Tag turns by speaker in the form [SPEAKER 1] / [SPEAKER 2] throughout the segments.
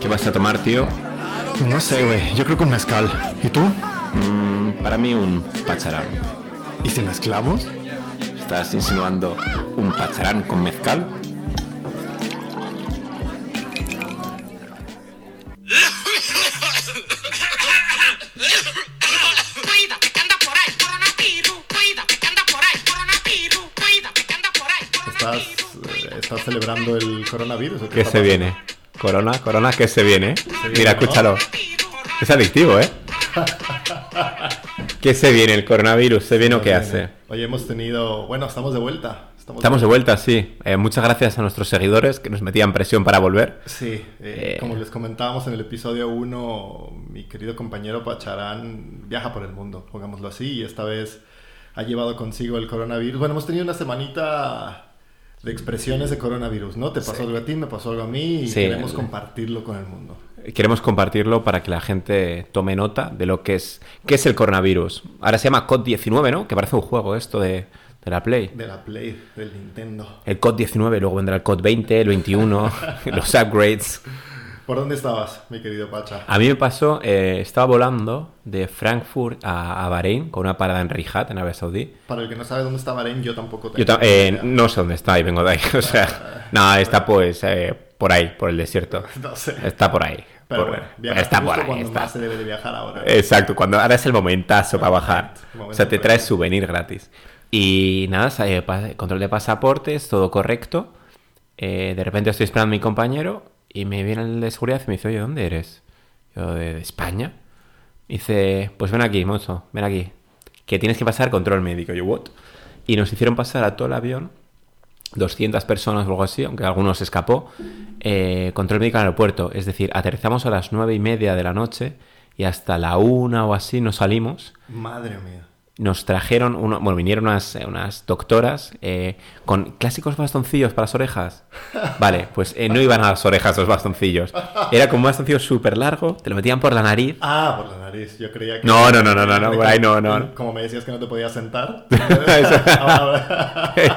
[SPEAKER 1] ¿Qué vas a tomar, tío?
[SPEAKER 2] No sé, güey. Yo creo que un mezcal. ¿Y tú?
[SPEAKER 1] Mm, para mí un pacharán.
[SPEAKER 2] ¿Y si mezclamos?
[SPEAKER 1] ¿Estás insinuando un pacharán con mezcal?
[SPEAKER 2] ¿Estás, eh, estás celebrando el coronavirus? o
[SPEAKER 3] ¿Qué
[SPEAKER 2] está
[SPEAKER 3] se viene? Corona, corona, ¿qué se viene? Mira,
[SPEAKER 2] ¿no?
[SPEAKER 3] escúchalo. Es adictivo, ¿eh? ¿Qué se viene? ¿El coronavirus? ¿Se viene o qué hace?
[SPEAKER 2] Oye, hemos tenido. Bueno, estamos de vuelta.
[SPEAKER 3] Estamos de vuelta, sí. Eh, muchas gracias a nuestros seguidores que nos metían presión para volver.
[SPEAKER 2] Sí, eh,
[SPEAKER 3] Eh.
[SPEAKER 2] como les comentábamos en el episodio 1, mi querido compañero Pacharán viaja por el mundo, pongámoslo así, y esta vez ha llevado consigo el coronavirus. Bueno, hemos tenido una semanita de expresiones de coronavirus, ¿no? Te pasó algo a ti, me pasó algo a mí, y
[SPEAKER 3] Sí.
[SPEAKER 2] queremos compartirlo con el mundo.
[SPEAKER 3] Queremos compartirlo para que la gente tome nota de lo que es, qué es el coronavirus. Ahora se llama COD-19, ¿no? Que parece un juego esto de, de la Play.
[SPEAKER 2] De la Play, del Nintendo.
[SPEAKER 3] El COD-19, luego vendrá el COD-20, el 21, los upgrades.
[SPEAKER 2] ¿Por dónde estabas, mi querido Pacha?
[SPEAKER 3] A mí me pasó, eh, estaba volando de Frankfurt a, a Bahrein con una parada en Riad, en Arabia Saudí.
[SPEAKER 2] Para el que no sabe dónde está Bahrein, yo tampoco
[SPEAKER 3] Yo
[SPEAKER 2] tengo
[SPEAKER 3] ta-
[SPEAKER 2] ni
[SPEAKER 3] eh,
[SPEAKER 2] idea.
[SPEAKER 3] no sé dónde está y vengo de ahí. O sea, no, está pues eh, por ahí, por el desierto.
[SPEAKER 2] No sé.
[SPEAKER 3] Está por ahí.
[SPEAKER 2] Pero
[SPEAKER 3] Por-
[SPEAKER 2] bueno, viajas
[SPEAKER 3] está
[SPEAKER 2] justo
[SPEAKER 3] por ahí.
[SPEAKER 2] cuando
[SPEAKER 3] está. Eh.
[SPEAKER 2] más se debe de viajar ahora.
[SPEAKER 3] Exacto, cuando ahora es el momentazo para bajar.
[SPEAKER 2] Momento
[SPEAKER 3] O sea, te
[SPEAKER 2] perfecto.
[SPEAKER 3] traes souvenir gratis. Y nada, sa- eh, pa- control de pasaportes, todo correcto. Eh, de repente estoy esperando a mi compañero y me viene el de seguridad y me dice, oye, ¿dónde eres? Yo, de, de España. Y dice, pues ven aquí, Monzo, ven aquí. Que tienes que pasar control médico. Yo, what? Y nos hicieron pasar a todo el avión 200 personas o algo así, aunque algunos se escapó, eh, control médico en el aeropuerto. Es decir, aterrizamos a las nueve y media de la noche y hasta la una o así nos salimos.
[SPEAKER 2] Madre mía.
[SPEAKER 3] Nos trajeron, uno- bueno, vinieron unas, eh, unas doctoras eh, con clásicos bastoncillos para las orejas. Vale, pues eh, no iban a las orejas los bastoncillos. Era como un bastoncillo súper largo, te lo metían por la nariz.
[SPEAKER 2] Ah, por la nariz. Yo creía que.
[SPEAKER 3] No, no, no, no, no, no, por ahí no, no.
[SPEAKER 2] Como me decías que no te podías sentar.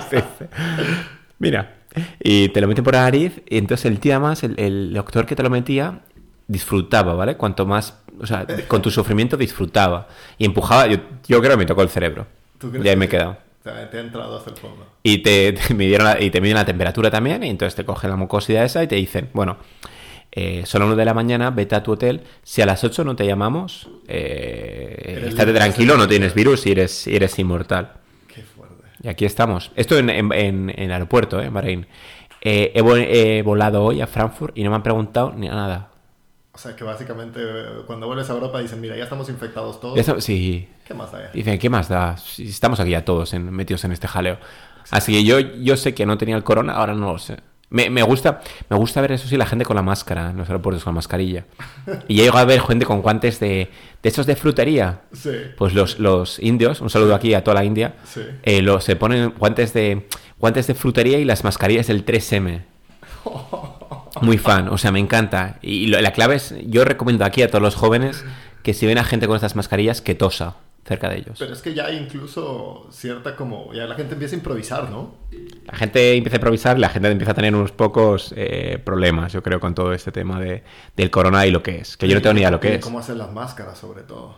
[SPEAKER 3] Sí, sí. Mira, y te lo meten por la nariz y entonces el tío más, el, el doctor que te lo metía, disfrutaba, ¿vale? Cuanto más, o sea, con tu sufrimiento disfrutaba y empujaba, yo, yo creo que me tocó el cerebro.
[SPEAKER 2] ¿Tú crees
[SPEAKER 3] Y ahí
[SPEAKER 2] que
[SPEAKER 3] me he
[SPEAKER 2] sí?
[SPEAKER 3] quedado.
[SPEAKER 2] Te, te ha entrado hasta el fondo.
[SPEAKER 3] Y te, te midieron la, y te miden la temperatura también, y entonces te cogen la mucosidad esa y te dicen, bueno, eh, son las 1 de la mañana, vete a tu hotel, si a las 8 no te llamamos, eh,
[SPEAKER 2] Eres
[SPEAKER 3] estate
[SPEAKER 2] libre,
[SPEAKER 3] tranquilo,
[SPEAKER 2] eres
[SPEAKER 3] no
[SPEAKER 2] libre.
[SPEAKER 3] tienes virus y eres, y eres inmortal.
[SPEAKER 2] Qué fuerte.
[SPEAKER 3] Y aquí estamos. Esto en, en, en- en el aeropuerto, ¿eh? en Bahrein. Eh, he, vo- he volado hoy a Frankfurt y no me han preguntado ni nada.
[SPEAKER 2] O sea que básicamente eh, cuando vuelves a Europa dicen, mira, ya estamos infectados todos.
[SPEAKER 3] Ya sab- sí.
[SPEAKER 2] ¿Qué más da?
[SPEAKER 3] Dicen, ¿qué más da? Si estamos aquí ya todos en- metidos en este jaleo. Así que yo, yo sé que no tenía el corona, ahora no lo sé. Me, me gusta, me gusta ver eso sí, la gente con la máscara en los aeropuertos, con la mascarilla. Y he llegado a ver gente con guantes de, de esos de frutería.
[SPEAKER 2] Sí.
[SPEAKER 3] Pues los, los indios, un saludo aquí a toda la India,
[SPEAKER 2] Sí.
[SPEAKER 3] eh, los- se ponen guantes de, guantes de frutería y las mascarillas del 3M. Muy fan, o sea, me encanta. Y lo- la clave es, yo recomiendo aquí a todos los jóvenes que si ven a gente con estas mascarillas, que tosa cerca de ellos.
[SPEAKER 2] Pero es que ya hay incluso cierta como. Ya la gente empieza a improvisar, ¿no?
[SPEAKER 3] La gente empieza a improvisar, la gente empieza a tener unos pocos eh, problemas, yo creo, con todo este tema de, del corona y lo que es. Que yo no tengo ni idea lo
[SPEAKER 2] Y
[SPEAKER 3] que es.
[SPEAKER 2] ¿Cómo hacen las máscaras, sobre todo?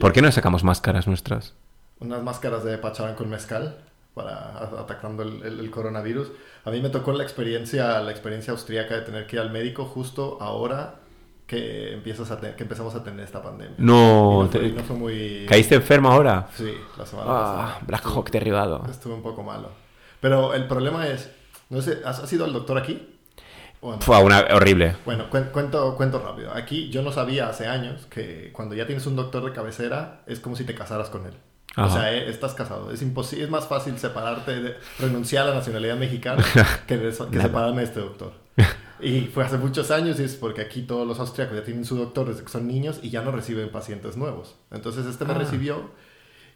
[SPEAKER 3] ¿Por qué no sacamos máscaras nuestras?
[SPEAKER 2] unas máscaras de pacharán con mezcal para a- atacando el, el- el coronavirus. A mí me tocó la experiencia, la experiencia austríaca de tener que ir al médico justo ahora que empiezas a te- que empezamos a tener esta pandemia.
[SPEAKER 3] No,
[SPEAKER 2] Y fue-
[SPEAKER 3] te-
[SPEAKER 2] y no fue muy
[SPEAKER 3] ¿Caíste enfermo ahora?
[SPEAKER 2] Sí, la semana
[SPEAKER 3] Ah,
[SPEAKER 2] pasada.
[SPEAKER 3] Black Hawk derribado.
[SPEAKER 2] Estuve un poco malo. Pero el problema es, no sé, ¿has, has ido al doctor aquí? ¿O no?
[SPEAKER 3] Fue una horrible.
[SPEAKER 2] Bueno, cuen- cuento, cuento rápido. Aquí yo no sabía hace años que cuando ya tienes un doctor de cabecera es como si te casaras con él. O
[SPEAKER 3] Ajá.
[SPEAKER 2] sea, eh, estás casado. Es imposible, es más fácil separarte, de, renunciar a la nacionalidad mexicana que, de eso- que separarme de este doctor. Y fue hace muchos años y es porque aquí todos los austriacos ya tienen su doctor desde que son niños y ya no reciben pacientes nuevos. Entonces este me
[SPEAKER 3] Ah.
[SPEAKER 2] recibió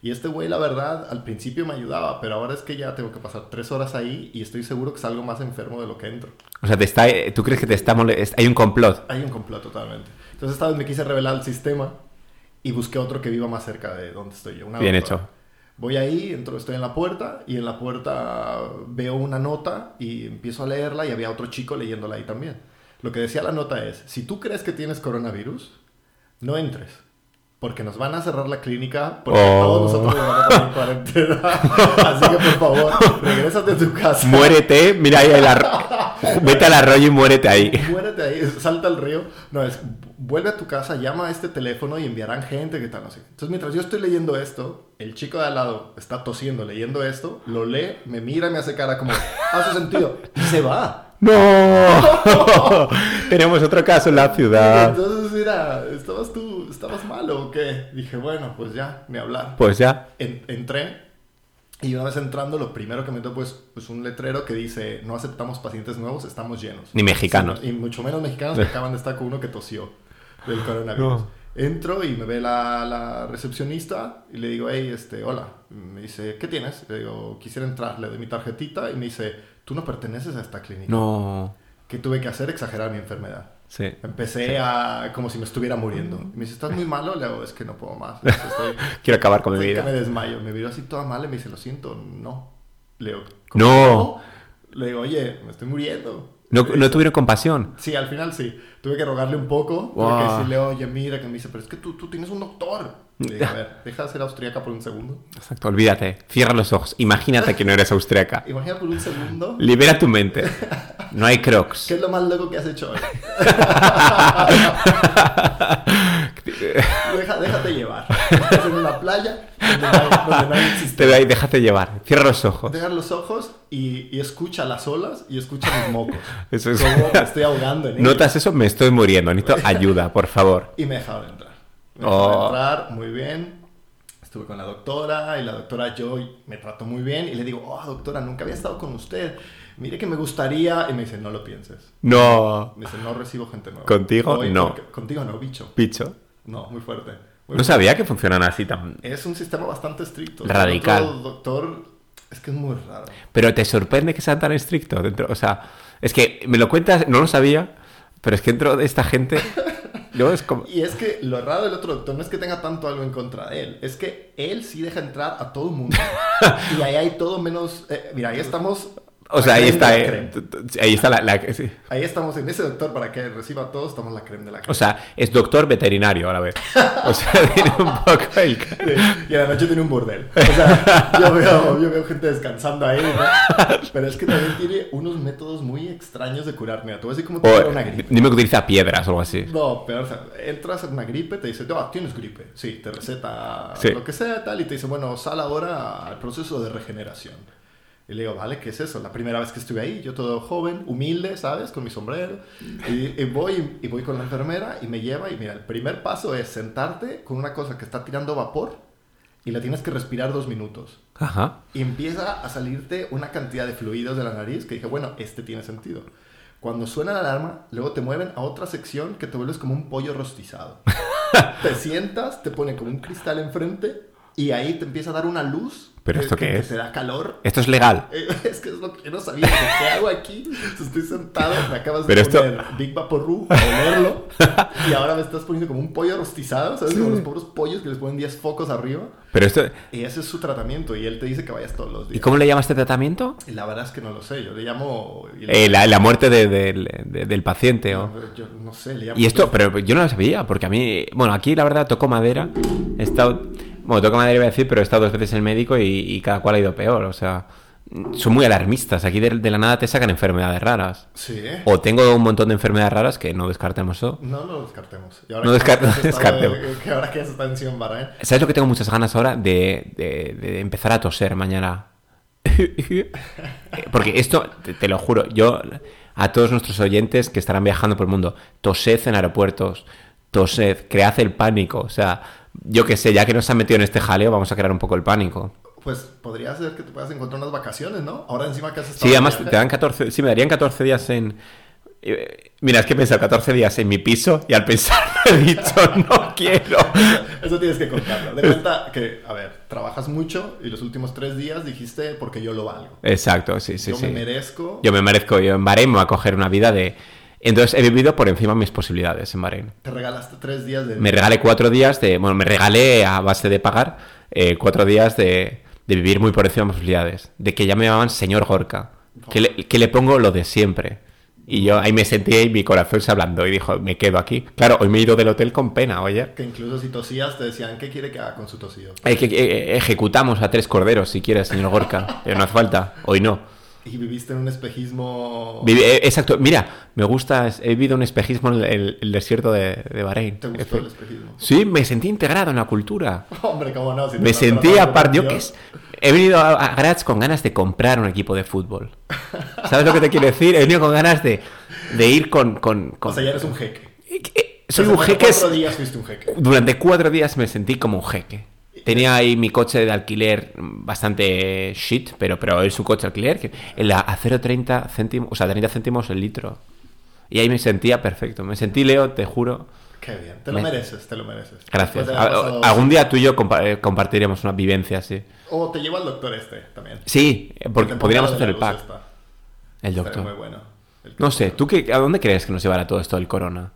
[SPEAKER 2] y este güey la verdad al principio me ayudaba, pero ahora es que ya tengo que pasar tres horas ahí y estoy seguro que salgo más enfermo de lo que entro.
[SPEAKER 3] O sea, te está, eh, ¿tú crees que te está mole- es- Hay un complot.
[SPEAKER 2] Hay un complot totalmente. Entonces esta vez me quise revelar al sistema y busqué otro que viva más cerca de donde estoy yo. una
[SPEAKER 3] Bien
[SPEAKER 2] doctora.
[SPEAKER 3] hecho.
[SPEAKER 2] Voy ahí, entro, estoy en la puerta y en la puerta veo una nota y empiezo a leerla y había otro chico leyéndola ahí también. Lo que decía la nota es, si tú crees que tienes coronavirus, no entres. Porque nos van a cerrar la clínica, porque
[SPEAKER 3] Oh.
[SPEAKER 2] todos nosotros nos vamos a poner en cuarentena. Así que por favor, regrésate a tu casa.
[SPEAKER 3] Muérete, mira ahí el arroyo. Vete al arroyo y muérete ahí.
[SPEAKER 2] Muérete ahí, salta al río. No, es vuelve a tu casa, llama a este teléfono y enviarán gente que tal, no sé. Entonces, mientras yo estoy leyendo esto, el chico de al lado está tosiendo, leyendo esto, lo lee, me mira, me hace cara como, hace sentido, y se va.
[SPEAKER 3] ¡No! Tenemos otro caso en la ciudad.
[SPEAKER 2] Entonces, mira, ¿estabas tú, estabas mal o qué? Dije, bueno, pues ya, ni hablar.
[SPEAKER 3] Pues ya.
[SPEAKER 2] En- entré. Y una vez entrando, lo primero que me dio pues, pues un letrero que dice, no aceptamos pacientes nuevos, estamos llenos.
[SPEAKER 3] Ni mexicanos.
[SPEAKER 2] Y mucho menos mexicanos que acaban de estar con uno que tosió del coronavirus.
[SPEAKER 3] No.
[SPEAKER 2] Entro y me ve la, la recepcionista y le digo, hey, este, hola. Me dice, ¿qué tienes? Le digo, quisiera entrar. Le doy mi tarjetita y me dice, tú no perteneces a esta clínica.
[SPEAKER 3] No.
[SPEAKER 2] ¿Qué tuve que hacer? Exagerar mi enfermedad.
[SPEAKER 3] Sí. Mm.
[SPEAKER 2] Empecé a... como si me estuviera muriendo. Y me dice, ¿estás muy malo? Le digo, es que no puedo más. Estoy-
[SPEAKER 3] Quiero acabar con mi
[SPEAKER 2] Sé que me
[SPEAKER 3] vida.
[SPEAKER 2] desmayo. Me vio así toda mal y me dice, lo siento, no. Le digo,
[SPEAKER 3] No.
[SPEAKER 2] Le digo, oye, me estoy muriendo.
[SPEAKER 3] No,
[SPEAKER 2] Me
[SPEAKER 3] no
[SPEAKER 2] dice,
[SPEAKER 3] tuvieron compasión.
[SPEAKER 2] Sí, al final sí. Tuve que rogarle un poco. Porque
[SPEAKER 3] Wow.
[SPEAKER 2] decirle, oye, mira, que me dice, pero es que tú, tú tienes un doctor. Le digo, a ver, deja de ser austríaca por un segundo.
[SPEAKER 3] Exacto, olvídate. Cierra los ojos. Imagínate que no eres austriaca.
[SPEAKER 2] Imagina por un segundo.
[SPEAKER 3] Libera tu mente. No hay crocs.
[SPEAKER 2] ¿Qué es lo más loco que has hecho hoy? Deja- déjate llevar. Estás en una playa donde no hay, donde no hay
[SPEAKER 3] Te
[SPEAKER 2] existencia.
[SPEAKER 3] ve ahí, déjate llevar. Cierra los ojos.
[SPEAKER 2] Dejar los ojos y, y escucha las olas y escucha mis mocos.
[SPEAKER 3] Eso es-
[SPEAKER 2] Como me estoy ahogando en ellos.
[SPEAKER 3] ¿Notas eso? Me estoy muriendo. Necesito ayuda, por favor.
[SPEAKER 2] Y me dejaron entrar. Me
[SPEAKER 3] Oh.
[SPEAKER 2] dejaron entrar, muy bien. Estuve con la doctora y la doctora yo me trató muy bien y le digo, oh, doctora, nunca había estado con usted. Mire que me gustaría. Y me dice, no lo pienses.
[SPEAKER 3] No.
[SPEAKER 2] Me dice, no recibo gente nueva.
[SPEAKER 3] ¿Contigo? No.
[SPEAKER 2] porque- Contigo no, bicho.
[SPEAKER 3] Picho.
[SPEAKER 2] No, muy fuerte. Muy
[SPEAKER 3] No sabía que funcionan así tan...
[SPEAKER 2] fuerte. Es un sistema bastante estricto.
[SPEAKER 3] Radical.
[SPEAKER 2] El otro doctor, es que es muy raro.
[SPEAKER 3] Pero te sorprende que sean tan estrictos dentro. O sea, es que me lo cuentas, no lo sabía, pero es que dentro de esta gente. Yo es como.
[SPEAKER 2] Y es que lo raro del otro doctor no es que tenga tanto algo en contra de él, es que él sí deja entrar a todo el mundo. y ahí hay todo menos. eh, mira, ahí estamos.
[SPEAKER 3] O sea, ahí
[SPEAKER 2] la creme
[SPEAKER 3] está. eh,
[SPEAKER 2] de la creme.
[SPEAKER 3] ahí está la. la- sí.
[SPEAKER 2] Ahí estamos en ese doctor para que reciba a todos, estamos la crema de la crema.
[SPEAKER 3] O sea, es doctor veterinario a la vez. O sea, tiene un poco el.
[SPEAKER 2] y a la noche tiene un burdel. O sea, yo veo, yo veo gente descansando ahí, ¿no? Pero es que también tiene unos métodos muy extraños de curar. Mira, te voy a decir cómo te cura
[SPEAKER 3] O,
[SPEAKER 2] una gripe.
[SPEAKER 3] dime que utiliza piedras o algo así.
[SPEAKER 2] No, pero o sea, entras en una gripe, te dice, no, tienes gripe. Sí, te receta
[SPEAKER 3] Sí.
[SPEAKER 2] lo que sea, tal, y te dice, bueno, sal ahora al proceso de regeneración. Y le digo, vale, ¿qué es eso? La primera vez que estuve ahí, yo todo joven, humilde, ¿sabes? Con mi sombrero. Y, y voy, y voy con la enfermera y me lleva. Y mira, el primer paso es sentarte con una cosa que está tirando vapor y la tienes que respirar dos minutos.
[SPEAKER 3] Ajá.
[SPEAKER 2] Y empieza a salirte una cantidad de fluidos de la nariz que dije, bueno, este tiene sentido. Cuando suena la alarma, luego te mueven a otra sección que te vuelves como un pollo rostizado. te sientas, te ponen como un cristal enfrente y ahí te empieza a dar una luz.
[SPEAKER 3] ¿Pero
[SPEAKER 2] que-
[SPEAKER 3] esto qué
[SPEAKER 2] que- que
[SPEAKER 3] es?
[SPEAKER 2] te da calor.
[SPEAKER 3] Esto es legal.
[SPEAKER 2] Eh, Es que es lo que yo no sabía. ¿Qué hago aquí? Estoy sentado, me acabas
[SPEAKER 3] Pero
[SPEAKER 2] de
[SPEAKER 3] esto-
[SPEAKER 2] poner Big Vaporru, olerlo, y ahora me estás poniendo como un pollo rostizado, ¿sabes? Como los pobres pollos que les ponen 10 focos arriba.
[SPEAKER 3] Pero esto.
[SPEAKER 2] Y ese es su tratamiento y él te dice que vayas todos los días.
[SPEAKER 3] ¿Y cómo le llama este tratamiento?
[SPEAKER 2] Y La verdad es que no lo sé, yo le llamo... y le-
[SPEAKER 3] Eh, la, la muerte de- del- de- del paciente o.
[SPEAKER 2] No, pero yo no sé, le llamo...
[SPEAKER 3] Y esto, pero yo no lo sabía, porque a mí, bueno, aquí la verdad toco madera. He estado, bueno, toco madera iba a decir, pero he estado dos veces en el médico y, y cada cual ha ido peor. O sea, son muy alarmistas. Aquí de, de la nada te sacan enfermedades raras.
[SPEAKER 2] Sí, ¿eh?
[SPEAKER 3] O tengo un montón de enfermedades raras que no descartemos eso.
[SPEAKER 2] No lo descartemos. Y
[SPEAKER 3] No
[SPEAKER 2] que
[SPEAKER 3] descart-
[SPEAKER 2] has estado-
[SPEAKER 3] descartemos.
[SPEAKER 2] que ahora que has estado en Sion Bahrein,
[SPEAKER 3] ¿Sabes lo que tengo muchas ganas ahora? De, de- de empezar a toser mañana. Porque esto, te, te lo juro, yo a todos nuestros oyentes que estarán viajando por el mundo, tosed en aeropuertos, tosed, cread el pánico. O sea, yo qué sé, ya que nos han metido en este jaleo, vamos a crear un poco el pánico.
[SPEAKER 2] Pues podría ser que te puedas encontrar unas vacaciones, ¿no? Ahora encima que has estado...
[SPEAKER 3] Sí,
[SPEAKER 2] de
[SPEAKER 3] además
[SPEAKER 2] viaje.
[SPEAKER 3] te dan 14, sí, me darían 14 días en... eh, Mira, es que he pensado 14 días en mi piso y al pensar he dicho, no quiero.
[SPEAKER 2] Eso tienes que contarlo. De cuenta que, a ver, trabajas mucho y los últimos tres días dijiste porque yo lo valgo.
[SPEAKER 3] Exacto, sí, sí,
[SPEAKER 2] yo
[SPEAKER 3] sí.
[SPEAKER 2] me merezco...
[SPEAKER 3] Yo me merezco, yo en Bahrein me voy a coger una vida de... Entonces he vivido por encima de mis posibilidades en Bahrein.
[SPEAKER 2] Te regalaste tres días de...
[SPEAKER 3] Me regalé cuatro días de... Bueno, me regalé a base de pagar eh, cuatro días de, de vivir muy por encima de mis posibilidades. De que ya me llamaban señor Gorka. Que le, que le pongo lo de siempre. Y yo ahí me senté y mi corazón se hablando y dijo, me quedo aquí. Claro, hoy me he ido del hotel con pena, oye.
[SPEAKER 2] Que incluso si tosías te decían, ¿qué quiere que haga con su tosido?
[SPEAKER 3] Es que eh, ejecutamos a tres corderos si quieres, señor Gorka. Pero no hace falta. Hoy no.
[SPEAKER 2] Y viviste en un espejismo...
[SPEAKER 3] Vivi- eh, Exacto. Mira, me gusta. He vivido un espejismo en el, el desierto de, de Bahrein.
[SPEAKER 2] ¿Te gustó el espejismo?
[SPEAKER 3] Sí, me sentí integrado en la cultura.
[SPEAKER 2] Hombre, cómo no. si te
[SPEAKER 3] Me
[SPEAKER 2] están
[SPEAKER 3] sentí
[SPEAKER 2] tratando
[SPEAKER 3] aparte,
[SPEAKER 2] de
[SPEAKER 3] yo que es- He venido a, a Graz con ganas de comprar un equipo de fútbol. ¿Sabes lo que te quiero decir? He venido con ganas de, de ir con... con,
[SPEAKER 2] O
[SPEAKER 3] con-
[SPEAKER 2] sea, ya eres un jeque.
[SPEAKER 3] Eh, eh, Soy un
[SPEAKER 2] Durante
[SPEAKER 3] jeque...
[SPEAKER 2] Cuatro días fuiste un jeque.
[SPEAKER 3] Durante cuatro días me sentí como un jeque. Tenía ahí mi coche de alquiler mm, bastante shit, pero, pero es un coche de alquiler que en la- a 0,30 céntimos, o sea, 30 céntimos el litro. Y ahí me sentía perfecto. Me sentí, Leo, te juro.
[SPEAKER 2] Qué bien. Te lo
[SPEAKER 3] Me-
[SPEAKER 2] mereces, te lo mereces. Después
[SPEAKER 3] Gracias.
[SPEAKER 2] de haber
[SPEAKER 3] A-
[SPEAKER 2] pasado-
[SPEAKER 3] algún día tú y yo compa- eh, compartiremos una vivencia así.
[SPEAKER 2] O te llevo al doctor este también.
[SPEAKER 3] Sí, eh, porque
[SPEAKER 2] La temporada
[SPEAKER 3] podríamos
[SPEAKER 2] de
[SPEAKER 3] hacer
[SPEAKER 2] la
[SPEAKER 3] el
[SPEAKER 2] luz
[SPEAKER 3] pack.
[SPEAKER 2] esta.
[SPEAKER 3] El
[SPEAKER 2] Estaría muy
[SPEAKER 3] doctor.
[SPEAKER 2] bueno. El
[SPEAKER 3] No sé, ¿tú qué, a dónde crees que nos llevará todo esto del corona?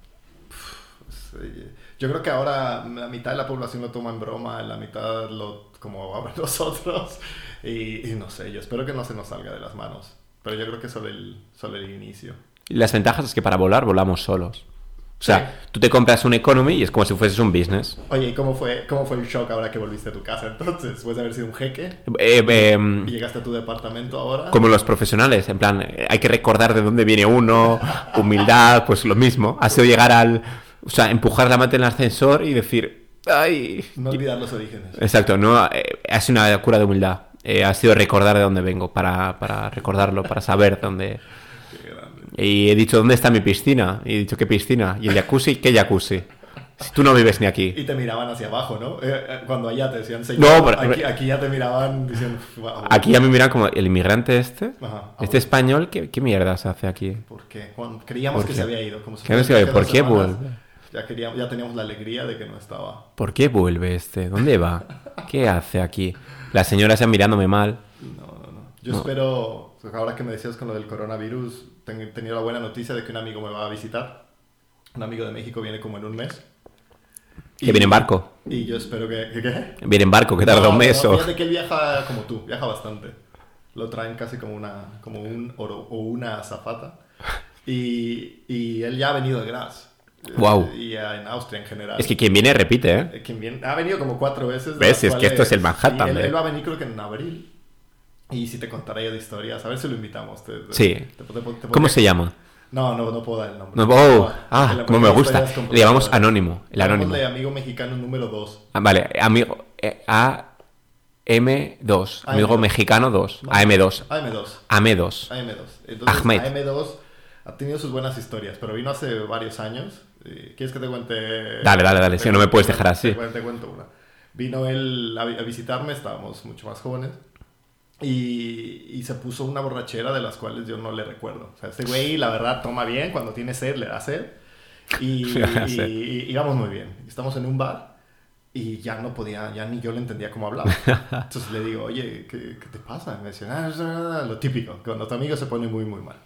[SPEAKER 2] Sí. Yo creo que ahora la mitad de la población lo toma en broma, la mitad lo como ahora nosotros. Y, y no sé, yo espero que no se nos salga de las manos. Pero yo creo que solo el, solo el inicio.
[SPEAKER 3] Las ventajas es que para volar volamos solos. O sea,
[SPEAKER 2] Sí.
[SPEAKER 3] tú te compras un economy y es como si fueses un business.
[SPEAKER 2] Oye, ¿y cómo fue, cómo fue el shock ahora que volviste a tu casa entonces? Después de haber sido un jeque
[SPEAKER 3] Eh, eh,
[SPEAKER 2] y llegaste a tu departamento ahora.
[SPEAKER 3] como los profesionales, en plan, eh, hay que recordar de dónde viene uno, humildad, pues lo mismo. Ha sido llegar al. O sea, empujar la mata en el ascensor y decir. ¡Ay!
[SPEAKER 2] No olvidar los orígenes.
[SPEAKER 3] Exacto, no, eh, ha sido una cura de humildad. Eh, ha sido recordar de dónde vengo, para, para recordarlo, para saber dónde.
[SPEAKER 2] Qué grande.
[SPEAKER 3] Y he dicho, ¿dónde está mi piscina? Y he dicho, ¿qué piscina? ¿Y el jacuzzi? ¿Qué jacuzzi? Si tú no vives ni aquí.
[SPEAKER 2] Y te miraban hacia abajo, ¿no? Eh, eh, cuando allá te decían, señor,
[SPEAKER 3] No, pero-
[SPEAKER 2] aquí, aquí ya te miraban diciendo, "Wow".
[SPEAKER 3] Aquí ya me miran como, ¿el inmigrante este?
[SPEAKER 2] Ajá.
[SPEAKER 3] ¿Este español? ¿Qué, qué mierda se hace aquí?
[SPEAKER 2] ¿Por qué? Juan, creíamos
[SPEAKER 3] ¿Por
[SPEAKER 2] que
[SPEAKER 3] qué?
[SPEAKER 2] se había ido. Como si
[SPEAKER 3] Creíamos
[SPEAKER 2] fuera
[SPEAKER 3] que-
[SPEAKER 2] hace
[SPEAKER 3] ¿por
[SPEAKER 2] dos
[SPEAKER 3] qué pues?
[SPEAKER 2] semanas.
[SPEAKER 3] vuelve?
[SPEAKER 2] Ya, queríamos, ya teníamos la alegría de que no estaba.
[SPEAKER 3] ¿Por qué vuelve este? ¿Dónde va? ¿Qué hace aquí? La señora está mirándome mal.
[SPEAKER 2] No, no, no. Yo espero, ahora que me decías con lo del coronavirus, ten- he tenido la buena noticia de que un amigo me va a visitar. Un amigo de México viene como en un mes.
[SPEAKER 3] Que viene en barco.
[SPEAKER 2] Y yo espero que... ¿que ¿Qué?
[SPEAKER 3] Viene en barco, que tarda
[SPEAKER 2] No,
[SPEAKER 3] un mes.
[SPEAKER 2] no,
[SPEAKER 3] o-
[SPEAKER 2] Fíjate que él viaja como tú, viaja bastante. Lo traen casi como una, como un oro, o una azafata. Y, y él ya ha venido de Graz.
[SPEAKER 3] Guau.
[SPEAKER 2] Y eh, en Austria en general.
[SPEAKER 3] Es que quien viene repite, ¿eh?
[SPEAKER 2] Eh, quien viene- ha venido como cuatro veces. de
[SPEAKER 3] ¿Ves?
[SPEAKER 2] las
[SPEAKER 3] Si es que esto es el Manhattan,
[SPEAKER 2] y Él,
[SPEAKER 3] ¿eh?
[SPEAKER 2] él va a venir creo que en abril. Y si te contaré yo de historias, a ver si lo invitamos. te- te-
[SPEAKER 3] Sí.
[SPEAKER 2] te- te- te-
[SPEAKER 3] ¿Cómo se llama?
[SPEAKER 2] No, no, no puedo dar el nombre.
[SPEAKER 3] No,
[SPEAKER 2] No,
[SPEAKER 3] oh, ah,
[SPEAKER 2] en la
[SPEAKER 3] como me
[SPEAKER 2] próxima
[SPEAKER 3] gusta.
[SPEAKER 2] historia es
[SPEAKER 3] Le llamamos
[SPEAKER 2] comprometedor.
[SPEAKER 3] anónimo, el anónimo.
[SPEAKER 2] Llamémosle amigo mexicano número 2.
[SPEAKER 3] Ah, vale, amigo eh, A M 2,
[SPEAKER 2] AM2.
[SPEAKER 3] amigo mexicano 2, AM 2,
[SPEAKER 2] AM2.
[SPEAKER 3] AM 2.
[SPEAKER 2] AM2. Entonces,
[SPEAKER 3] Ahmed.
[SPEAKER 2] AM2 ha tenido sus buenas historias, pero vino hace varios años. Eh, ¿Quieres que te cuente?
[SPEAKER 3] Dale, dale, dale,
[SPEAKER 2] Te
[SPEAKER 3] sí, no me
[SPEAKER 2] cuento-
[SPEAKER 3] puedes dejar así.
[SPEAKER 2] Te, cuento- te cuento una. Vino él a, vi- a visitarme, estábamos mucho más jóvenes. Y, y se puso una borrachera de las cuales yo no le recuerdo. O sea, este güey, la verdad, toma bien. Cuando tiene sed, le da sed. Y,
[SPEAKER 3] Le da sed.
[SPEAKER 2] y- y íbamos muy bien. Estamos en un bar y ya no podía, ya ni yo le entendía cómo hablaba. Entonces le digo, oye, ¿qué, qué te pasa? Y me decía, "Ah, ah, ah", lo típico, cuando tu amigo se pone muy, muy mal.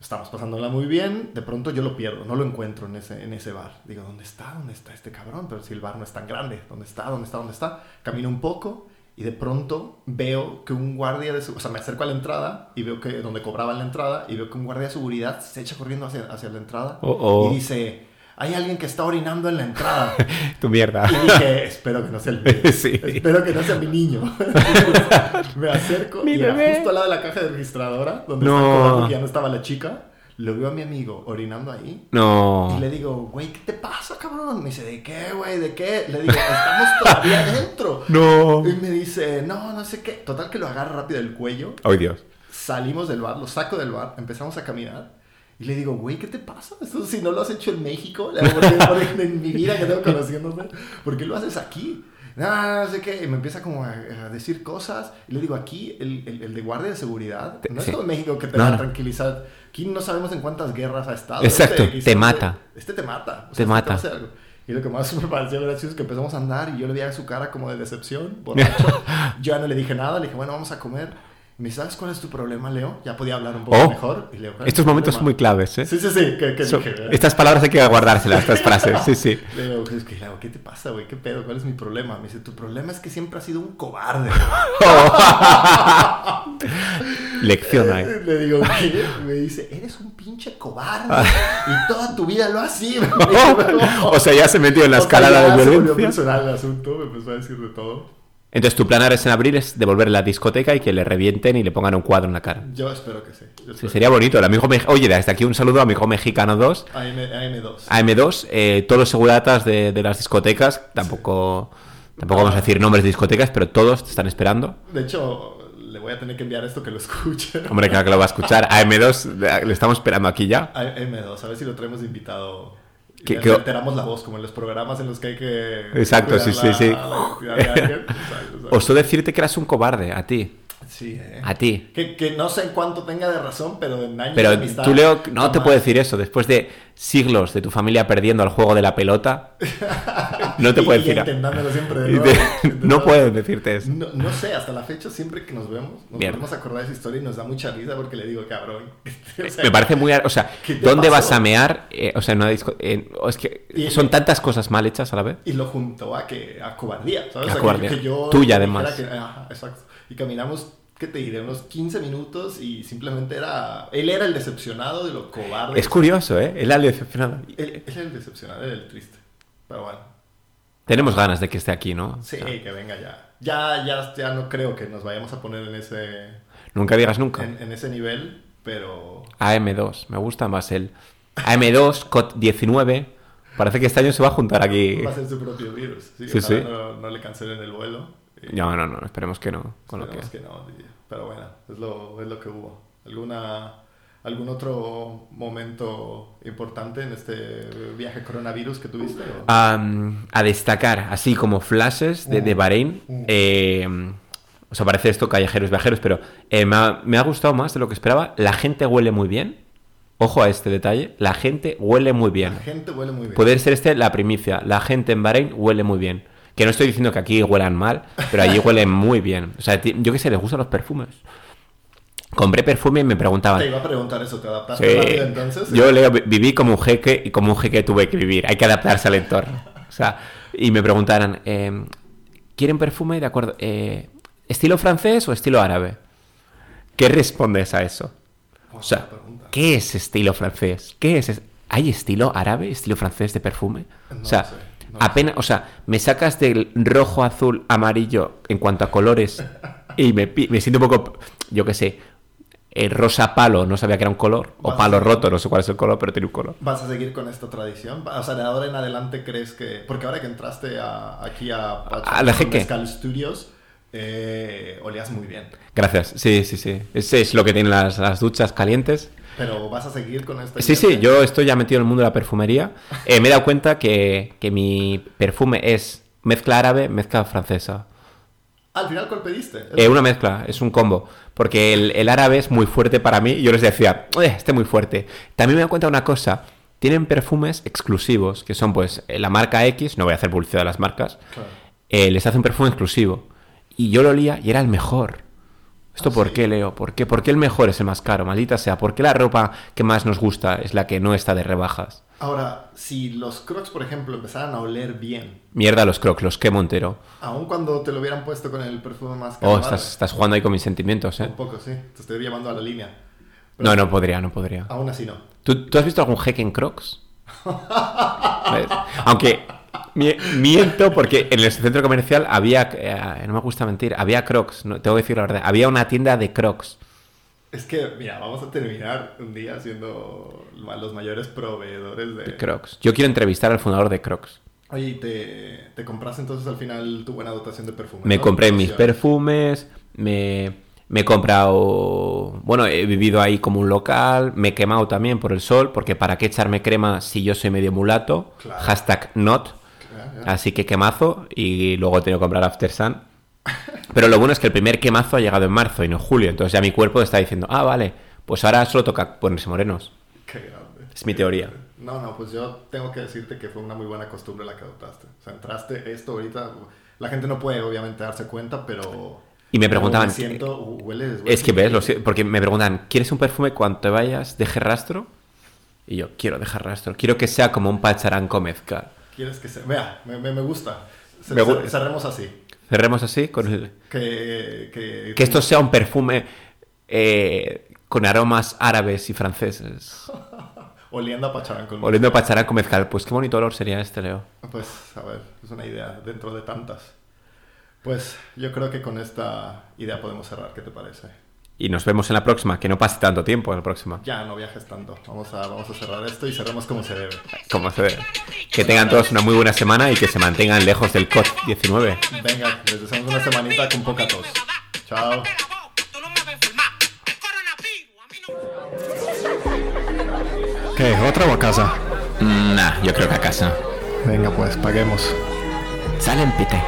[SPEAKER 2] Estamos pasándola muy bien, de pronto yo lo pierdo, no lo encuentro en ese, en ese bar. Digo, ¿dónde está? ¿Dónde está este cabrón? Pero si el bar no es tan grande, ¿dónde está? ¿Dónde está? ¿Dónde está? Camino un poco y de pronto veo que un guardia de seguridad, o sea, me acerco a la entrada y veo que donde cobraban la entrada y veo que un guardia de seguridad se echa corriendo hacia, hacia la entrada
[SPEAKER 3] Oh, oh.
[SPEAKER 2] y dice, hay alguien que está orinando en la entrada.
[SPEAKER 3] Tu mierda.
[SPEAKER 2] Y dije, espero que no sea el mío.
[SPEAKER 3] Sí.
[SPEAKER 2] Espero que no sea mi niño. me acerco
[SPEAKER 3] Mi
[SPEAKER 2] y era
[SPEAKER 3] bebé.
[SPEAKER 2] justo al lado de la caja de registradora, donde
[SPEAKER 3] No.
[SPEAKER 2] están cobrando que ya no estaba la chica, lo veo a mi amigo orinando ahí. Y
[SPEAKER 3] No.
[SPEAKER 2] le digo, güey, ¿qué te pasa, cabrón? Me dice, ¿de qué, güey? ¿De qué? Le digo, estamos todavía adentro.
[SPEAKER 3] No.
[SPEAKER 2] Y me dice, no, no sé qué. Total que lo agarra rápido del cuello
[SPEAKER 3] Ay, Dios.
[SPEAKER 2] Salimos del bar, lo saco del bar, empezamos a caminar. Y le digo, güey, ¿qué te pasa? Esto si no lo has hecho en México, le digo, "Porque- porque en mi vida que tengo conociéndote, ¿por qué lo haces aquí? No, no, no sé qué. Y me empieza como a, a decir cosas. Y le digo, aquí el, el- el de guardia de seguridad, no es
[SPEAKER 3] sí.
[SPEAKER 2] todo en México que te
[SPEAKER 3] No,
[SPEAKER 2] va a
[SPEAKER 3] no.
[SPEAKER 2] tranquilizar. Aquí no sabemos en cuántas guerras ha estado.
[SPEAKER 3] Exacto, te
[SPEAKER 2] quizás
[SPEAKER 3] mata.
[SPEAKER 2] Este te mata. O
[SPEAKER 3] Te mata.
[SPEAKER 2] va a hacer algo. Y lo que más me pareció gracioso es que empezamos a andar y yo le veía su cara como de decepción, borracho. yo ya no le dije nada, le dije, bueno, vamos a comer. Y me dice, ¿sabes cuál es tu problema, Leo? Ya podía hablar un poco
[SPEAKER 3] Oh,
[SPEAKER 2] mejor. Y le digo, "¿Cuál es
[SPEAKER 3] Estos
[SPEAKER 2] tu
[SPEAKER 3] momentos son
[SPEAKER 2] problema?".
[SPEAKER 3] muy claves, ¿eh?
[SPEAKER 2] Sí, sí, sí, que, que
[SPEAKER 3] So-
[SPEAKER 2] dije, ¿verdad?
[SPEAKER 3] estas palabras hay que guardárselas, estas frases, sí, sí.
[SPEAKER 2] Le digo, "Es que, Leo, ¿qué te pasa, güey? ¿Qué pedo? ¿Cuál es mi problema? Me dice, tu problema es que siempre has sido un cobarde.
[SPEAKER 3] Oh. Lección ahí.
[SPEAKER 2] Le digo, "¿Qué?". Me dice, eres un pinche cobarde. y toda tu vida lo has sido. Me dijo,
[SPEAKER 3] o Ah. sea, ya se metió en la
[SPEAKER 2] O sea,
[SPEAKER 3] escalada
[SPEAKER 2] ya
[SPEAKER 3] de
[SPEAKER 2] se volvió
[SPEAKER 3] violencia.
[SPEAKER 2] personal el asunto, me empezó a decir de todo.
[SPEAKER 3] Entonces, tu plan ahora es en abril es devolver la discoteca y que le revienten y le pongan un cuadro en la cara.
[SPEAKER 2] Yo espero que sí. yo
[SPEAKER 3] Sí,
[SPEAKER 2] espero.
[SPEAKER 3] sería bonito. El amigo mex- Oye, desde aquí un saludo a amigo mexicano 2,
[SPEAKER 2] AM, AM2.
[SPEAKER 3] AM2, eh, todos los seguratas de, de las discotecas. Tampoco, tampoco vamos a decir nombres de discotecas, pero todos te están esperando.
[SPEAKER 2] De hecho, le voy a tener que enviar esto que lo escuche.
[SPEAKER 3] Hombre, claro que lo va a escuchar. AM2, le estamos esperando aquí ya.
[SPEAKER 2] AM2, a ver si lo traemos de invitado. Y
[SPEAKER 3] Que-
[SPEAKER 2] le
[SPEAKER 3] que-
[SPEAKER 2] alteramos la voz, como en los programas en los que hay que.
[SPEAKER 3] Exacto, sí,
[SPEAKER 2] cuidar
[SPEAKER 3] sí,
[SPEAKER 2] la-
[SPEAKER 3] sí.
[SPEAKER 2] la identidad de alguien. Exacto, exacto.
[SPEAKER 3] Osó decirte que eras un cobarde, a ti.
[SPEAKER 2] Sí, eh.
[SPEAKER 3] A ti.
[SPEAKER 2] Que, que no sé en cuánto tenga de razón, pero en años de
[SPEAKER 3] Pero
[SPEAKER 2] amistad,
[SPEAKER 3] tú, Leo, no te
[SPEAKER 2] jamás.
[SPEAKER 3] puedo decir eso. Después de siglos de tu familia perdiendo al juego de la pelota, no te
[SPEAKER 2] Y-
[SPEAKER 3] puedo
[SPEAKER 2] y
[SPEAKER 3] decir.
[SPEAKER 2] intentándolo siempre de
[SPEAKER 3] Y
[SPEAKER 2] nuevo.
[SPEAKER 3] te-
[SPEAKER 2] Intentándolo.
[SPEAKER 3] no puedo decirte eso.
[SPEAKER 2] No, no sé, hasta la fecha siempre que nos vemos, nos
[SPEAKER 3] Mierda.
[SPEAKER 2] volvemos a acordar de esa historia y nos da mucha risa porque le digo, cabrón. O sea,
[SPEAKER 3] Me parece muy... ar- O sea,
[SPEAKER 2] ¿Qué te
[SPEAKER 3] ¿dónde vas
[SPEAKER 2] pasó?
[SPEAKER 3] a mear? Eh, o sea, en una disco... en- o es que
[SPEAKER 2] Y-
[SPEAKER 3] son tantas cosas mal hechas a la vez.
[SPEAKER 2] Y lo juntó a que a cobardía, ¿sabes?
[SPEAKER 3] A
[SPEAKER 2] O sea, que-
[SPEAKER 3] cobardía.
[SPEAKER 2] que yo
[SPEAKER 3] Tuya,
[SPEAKER 2] dijera
[SPEAKER 3] además.
[SPEAKER 2] que- ajá, exacto. Y caminamos, ¿qué te diré? Unos 15 minutos y simplemente era... Él era el decepcionado de lo cobarde.
[SPEAKER 3] Es curioso, ¿eh? El alio decepcionado.
[SPEAKER 2] Él, él era el decepcionado, era el triste. Pero bueno,
[SPEAKER 3] Tenemos ganas de que esté aquí, ¿no?
[SPEAKER 2] sí,
[SPEAKER 3] O sea,
[SPEAKER 2] que venga ya. Ya, ya. ya no creo que nos vayamos a poner en ese,
[SPEAKER 3] Nunca digas nunca.
[SPEAKER 2] en, en ese nivel, pero...
[SPEAKER 3] AM2, me gusta más el AM2, COT19. Parece que este año se va a juntar aquí.
[SPEAKER 2] Va a ser su propio virus. Sí,
[SPEAKER 3] Sí,
[SPEAKER 2] ojalá
[SPEAKER 3] sí.
[SPEAKER 2] No, no le cancelen el vuelo. Eh, Y-
[SPEAKER 3] No, no, no, esperemos que no. Con lo que-
[SPEAKER 2] Esperemos que no, DJ. pero bueno, es lo, es lo que hubo. ¿Alguna, ¿Algún otro momento importante en este viaje coronavirus que tuviste? o?
[SPEAKER 3] Ah. Am, a destacar, así como flashes de, de Bahrein.
[SPEAKER 2] Mm.
[SPEAKER 3] eh, o sea, parece esto callejeros viajeros, pero eh, me, ha, me ha gustado más de lo que esperaba. La gente huele muy bien. Ojo a este detalle. La gente huele muy bien.
[SPEAKER 2] La gente huele muy bien.
[SPEAKER 3] Poder ser este la primicia. La gente en Bahrein huele muy bien. Que no estoy diciendo que aquí huelan mal, pero allí huelen muy bien. O sea, ti- yo qué sé, les gustan los perfumes. Compré perfume y me preguntaban.
[SPEAKER 2] Te iba a preguntar eso, ¿te adaptaste
[SPEAKER 3] Sí.
[SPEAKER 2] rápido entonces?
[SPEAKER 3] Yo Leo, vi- viví como un jeque y como un jeque tuve que vivir. Hay que adaptarse al entorno. O sea, y me preguntaran, eh, ¿quieren perfume? De acuerdo. eh, ¿Estilo francés o estilo árabe? ¿Qué respondes a eso?
[SPEAKER 2] Buena
[SPEAKER 3] O sea,
[SPEAKER 2] pregunta.
[SPEAKER 3] ¿qué es estilo francés? ¿Qué es? es- ¿Hay estilo árabe, estilo francés de perfume?
[SPEAKER 2] No
[SPEAKER 3] o sea,
[SPEAKER 2] sé, no
[SPEAKER 3] apenas, o sea, me sacas del rojo, azul, amarillo en cuanto a colores y me, pi- me siento un poco, yo qué sé, el rosa palo, no sabía que era un color, o
[SPEAKER 2] Vas.
[SPEAKER 3] palo roto, no sé cuál es el color, pero tiene un color.
[SPEAKER 2] ¿Vas a seguir con esta tradición? O sea, de ahora en adelante crees que... Porque ahora que entraste a- aquí a
[SPEAKER 3] A la jeque.
[SPEAKER 2] Mezcal Studios, eh, olías muy bien.
[SPEAKER 3] Gracias, sí, sí, sí. Ese es lo que tienen las, las duchas calientes.
[SPEAKER 2] Pero vas a seguir con esta...
[SPEAKER 3] Sí, sí, yo estoy ya metido en el mundo de la perfumería. Eh, me he dado cuenta que, que mi perfume es mezcla árabe, mezcla francesa.
[SPEAKER 2] Al final, ¿cuál pediste?
[SPEAKER 3] Eh, una mezcla, es un combo. Porque el, el árabe es muy fuerte para mí. y Yo les decía, "Eh, este muy fuerte. También me doy cuenta de una cosa. Tienen perfumes exclusivos, que son pues eh, la marca X, no voy a hacer publicidad de las marcas,
[SPEAKER 2] Claro.
[SPEAKER 3] eh, les hace un perfume exclusivo. Y yo lo olía y era el mejor. ¿Esto
[SPEAKER 2] Ah,
[SPEAKER 3] por
[SPEAKER 2] sí.
[SPEAKER 3] qué, Leo? ¿Por qué? ¿Por qué el mejor es el más caro? Maldita sea. ¿Por qué la ropa que más nos gusta es la que no está de rebajas?
[SPEAKER 2] Ahora, si los crocs, por ejemplo, empezaran a oler bien,
[SPEAKER 3] Mierda los crocs, los que Montero.
[SPEAKER 2] aun cuando te lo hubieran puesto con el perfume más caro,
[SPEAKER 3] Oh,
[SPEAKER 2] ¿vale?
[SPEAKER 3] estás, estás jugando ahí con mis sentimientos, ¿eh?
[SPEAKER 2] un poco, sí, te estoy llevando a la línea. Pero
[SPEAKER 3] No, no podría, no podría.
[SPEAKER 2] Aún así no.
[SPEAKER 3] ¿Tú, tú has visto algún jeque en Crocs? ¿Ves? Aunque mi- miento porque en el centro comercial había, eh, no me gusta mentir, había Crocs, no, tengo que decir la verdad, había una tienda de Crocs.
[SPEAKER 2] Es que, mira, vamos a terminar un día siendo ma- los mayores proveedores de...
[SPEAKER 3] de Crocs. Yo quiero entrevistar al fundador de Crocs.
[SPEAKER 2] Oye, ¿y te, te compraste entonces al final tu buena dotación de perfume?
[SPEAKER 3] Me
[SPEAKER 2] ¿no?
[SPEAKER 3] compré
[SPEAKER 2] Sí,
[SPEAKER 3] mis
[SPEAKER 2] ahora.
[SPEAKER 3] perfumes, me, me he comprado, bueno, he vivido ahí como un local, me he quemado también por el sol, porque para qué echarme crema si yo soy medio mulato,
[SPEAKER 2] Claro.
[SPEAKER 3] hashtag not.
[SPEAKER 2] Claro, ya.
[SPEAKER 3] Así que quemazo y luego he tenido que comprar After Sun. Pero lo bueno es que el primer quemazo ha llegado en marzo y no en julio. Entonces ya mi cuerpo está diciendo, ah, vale, pues ahora solo toca ponerse morenos.
[SPEAKER 2] Qué grande.
[SPEAKER 3] Es mi teoría.
[SPEAKER 2] No, no, pues yo tengo que decirte que fue una muy buena costumbre la que adoptaste. O sea, entraste esto ahorita... La gente no puede, obviamente, darse cuenta, pero...
[SPEAKER 3] Y me preguntaban. eh,
[SPEAKER 2] Me siento, hueles,
[SPEAKER 3] Es que
[SPEAKER 2] hueles.
[SPEAKER 3] ves, lo sé, porque me preguntan, ¿quieres un perfume cuando te vayas deje rastro? Y yo, quiero dejar rastro, quiero que sea como un pacharán comezca.
[SPEAKER 2] Quieres que se... Vea, me, me- me gusta. Se-
[SPEAKER 3] Me
[SPEAKER 2] cer-
[SPEAKER 3] gu-
[SPEAKER 2] cerremos así.
[SPEAKER 3] Cerremos así, con el-
[SPEAKER 2] Que, que,
[SPEAKER 3] que esto sea un perfume eh, con aromas árabes y franceses.
[SPEAKER 2] Oliendo a pacharán con...
[SPEAKER 3] Oliendo a pacharán con mezcal, pues qué bonito olor sería este, Leo.
[SPEAKER 2] Pues, a ver, es una idea dentro de tantas. Pues yo creo que con esta idea podemos cerrar, ¿qué te parece?
[SPEAKER 3] Y nos vemos en la próxima, que no pase tanto tiempo en la próxima.
[SPEAKER 2] Ya, no viajes tanto. Vamos a, vamos a cerrar esto y cerramos como se debe.
[SPEAKER 3] Como se ve. Que tengan todos una muy buena semana y que se mantengan lejos del COT-19.
[SPEAKER 2] Venga, les deseamos una semanita con poca tos. Chao. ¿Qué? ¿Otra o a casa?
[SPEAKER 1] Mm, Nah, yo creo que a casa.
[SPEAKER 2] Venga, pues, paguemos.
[SPEAKER 1] Salen, pite.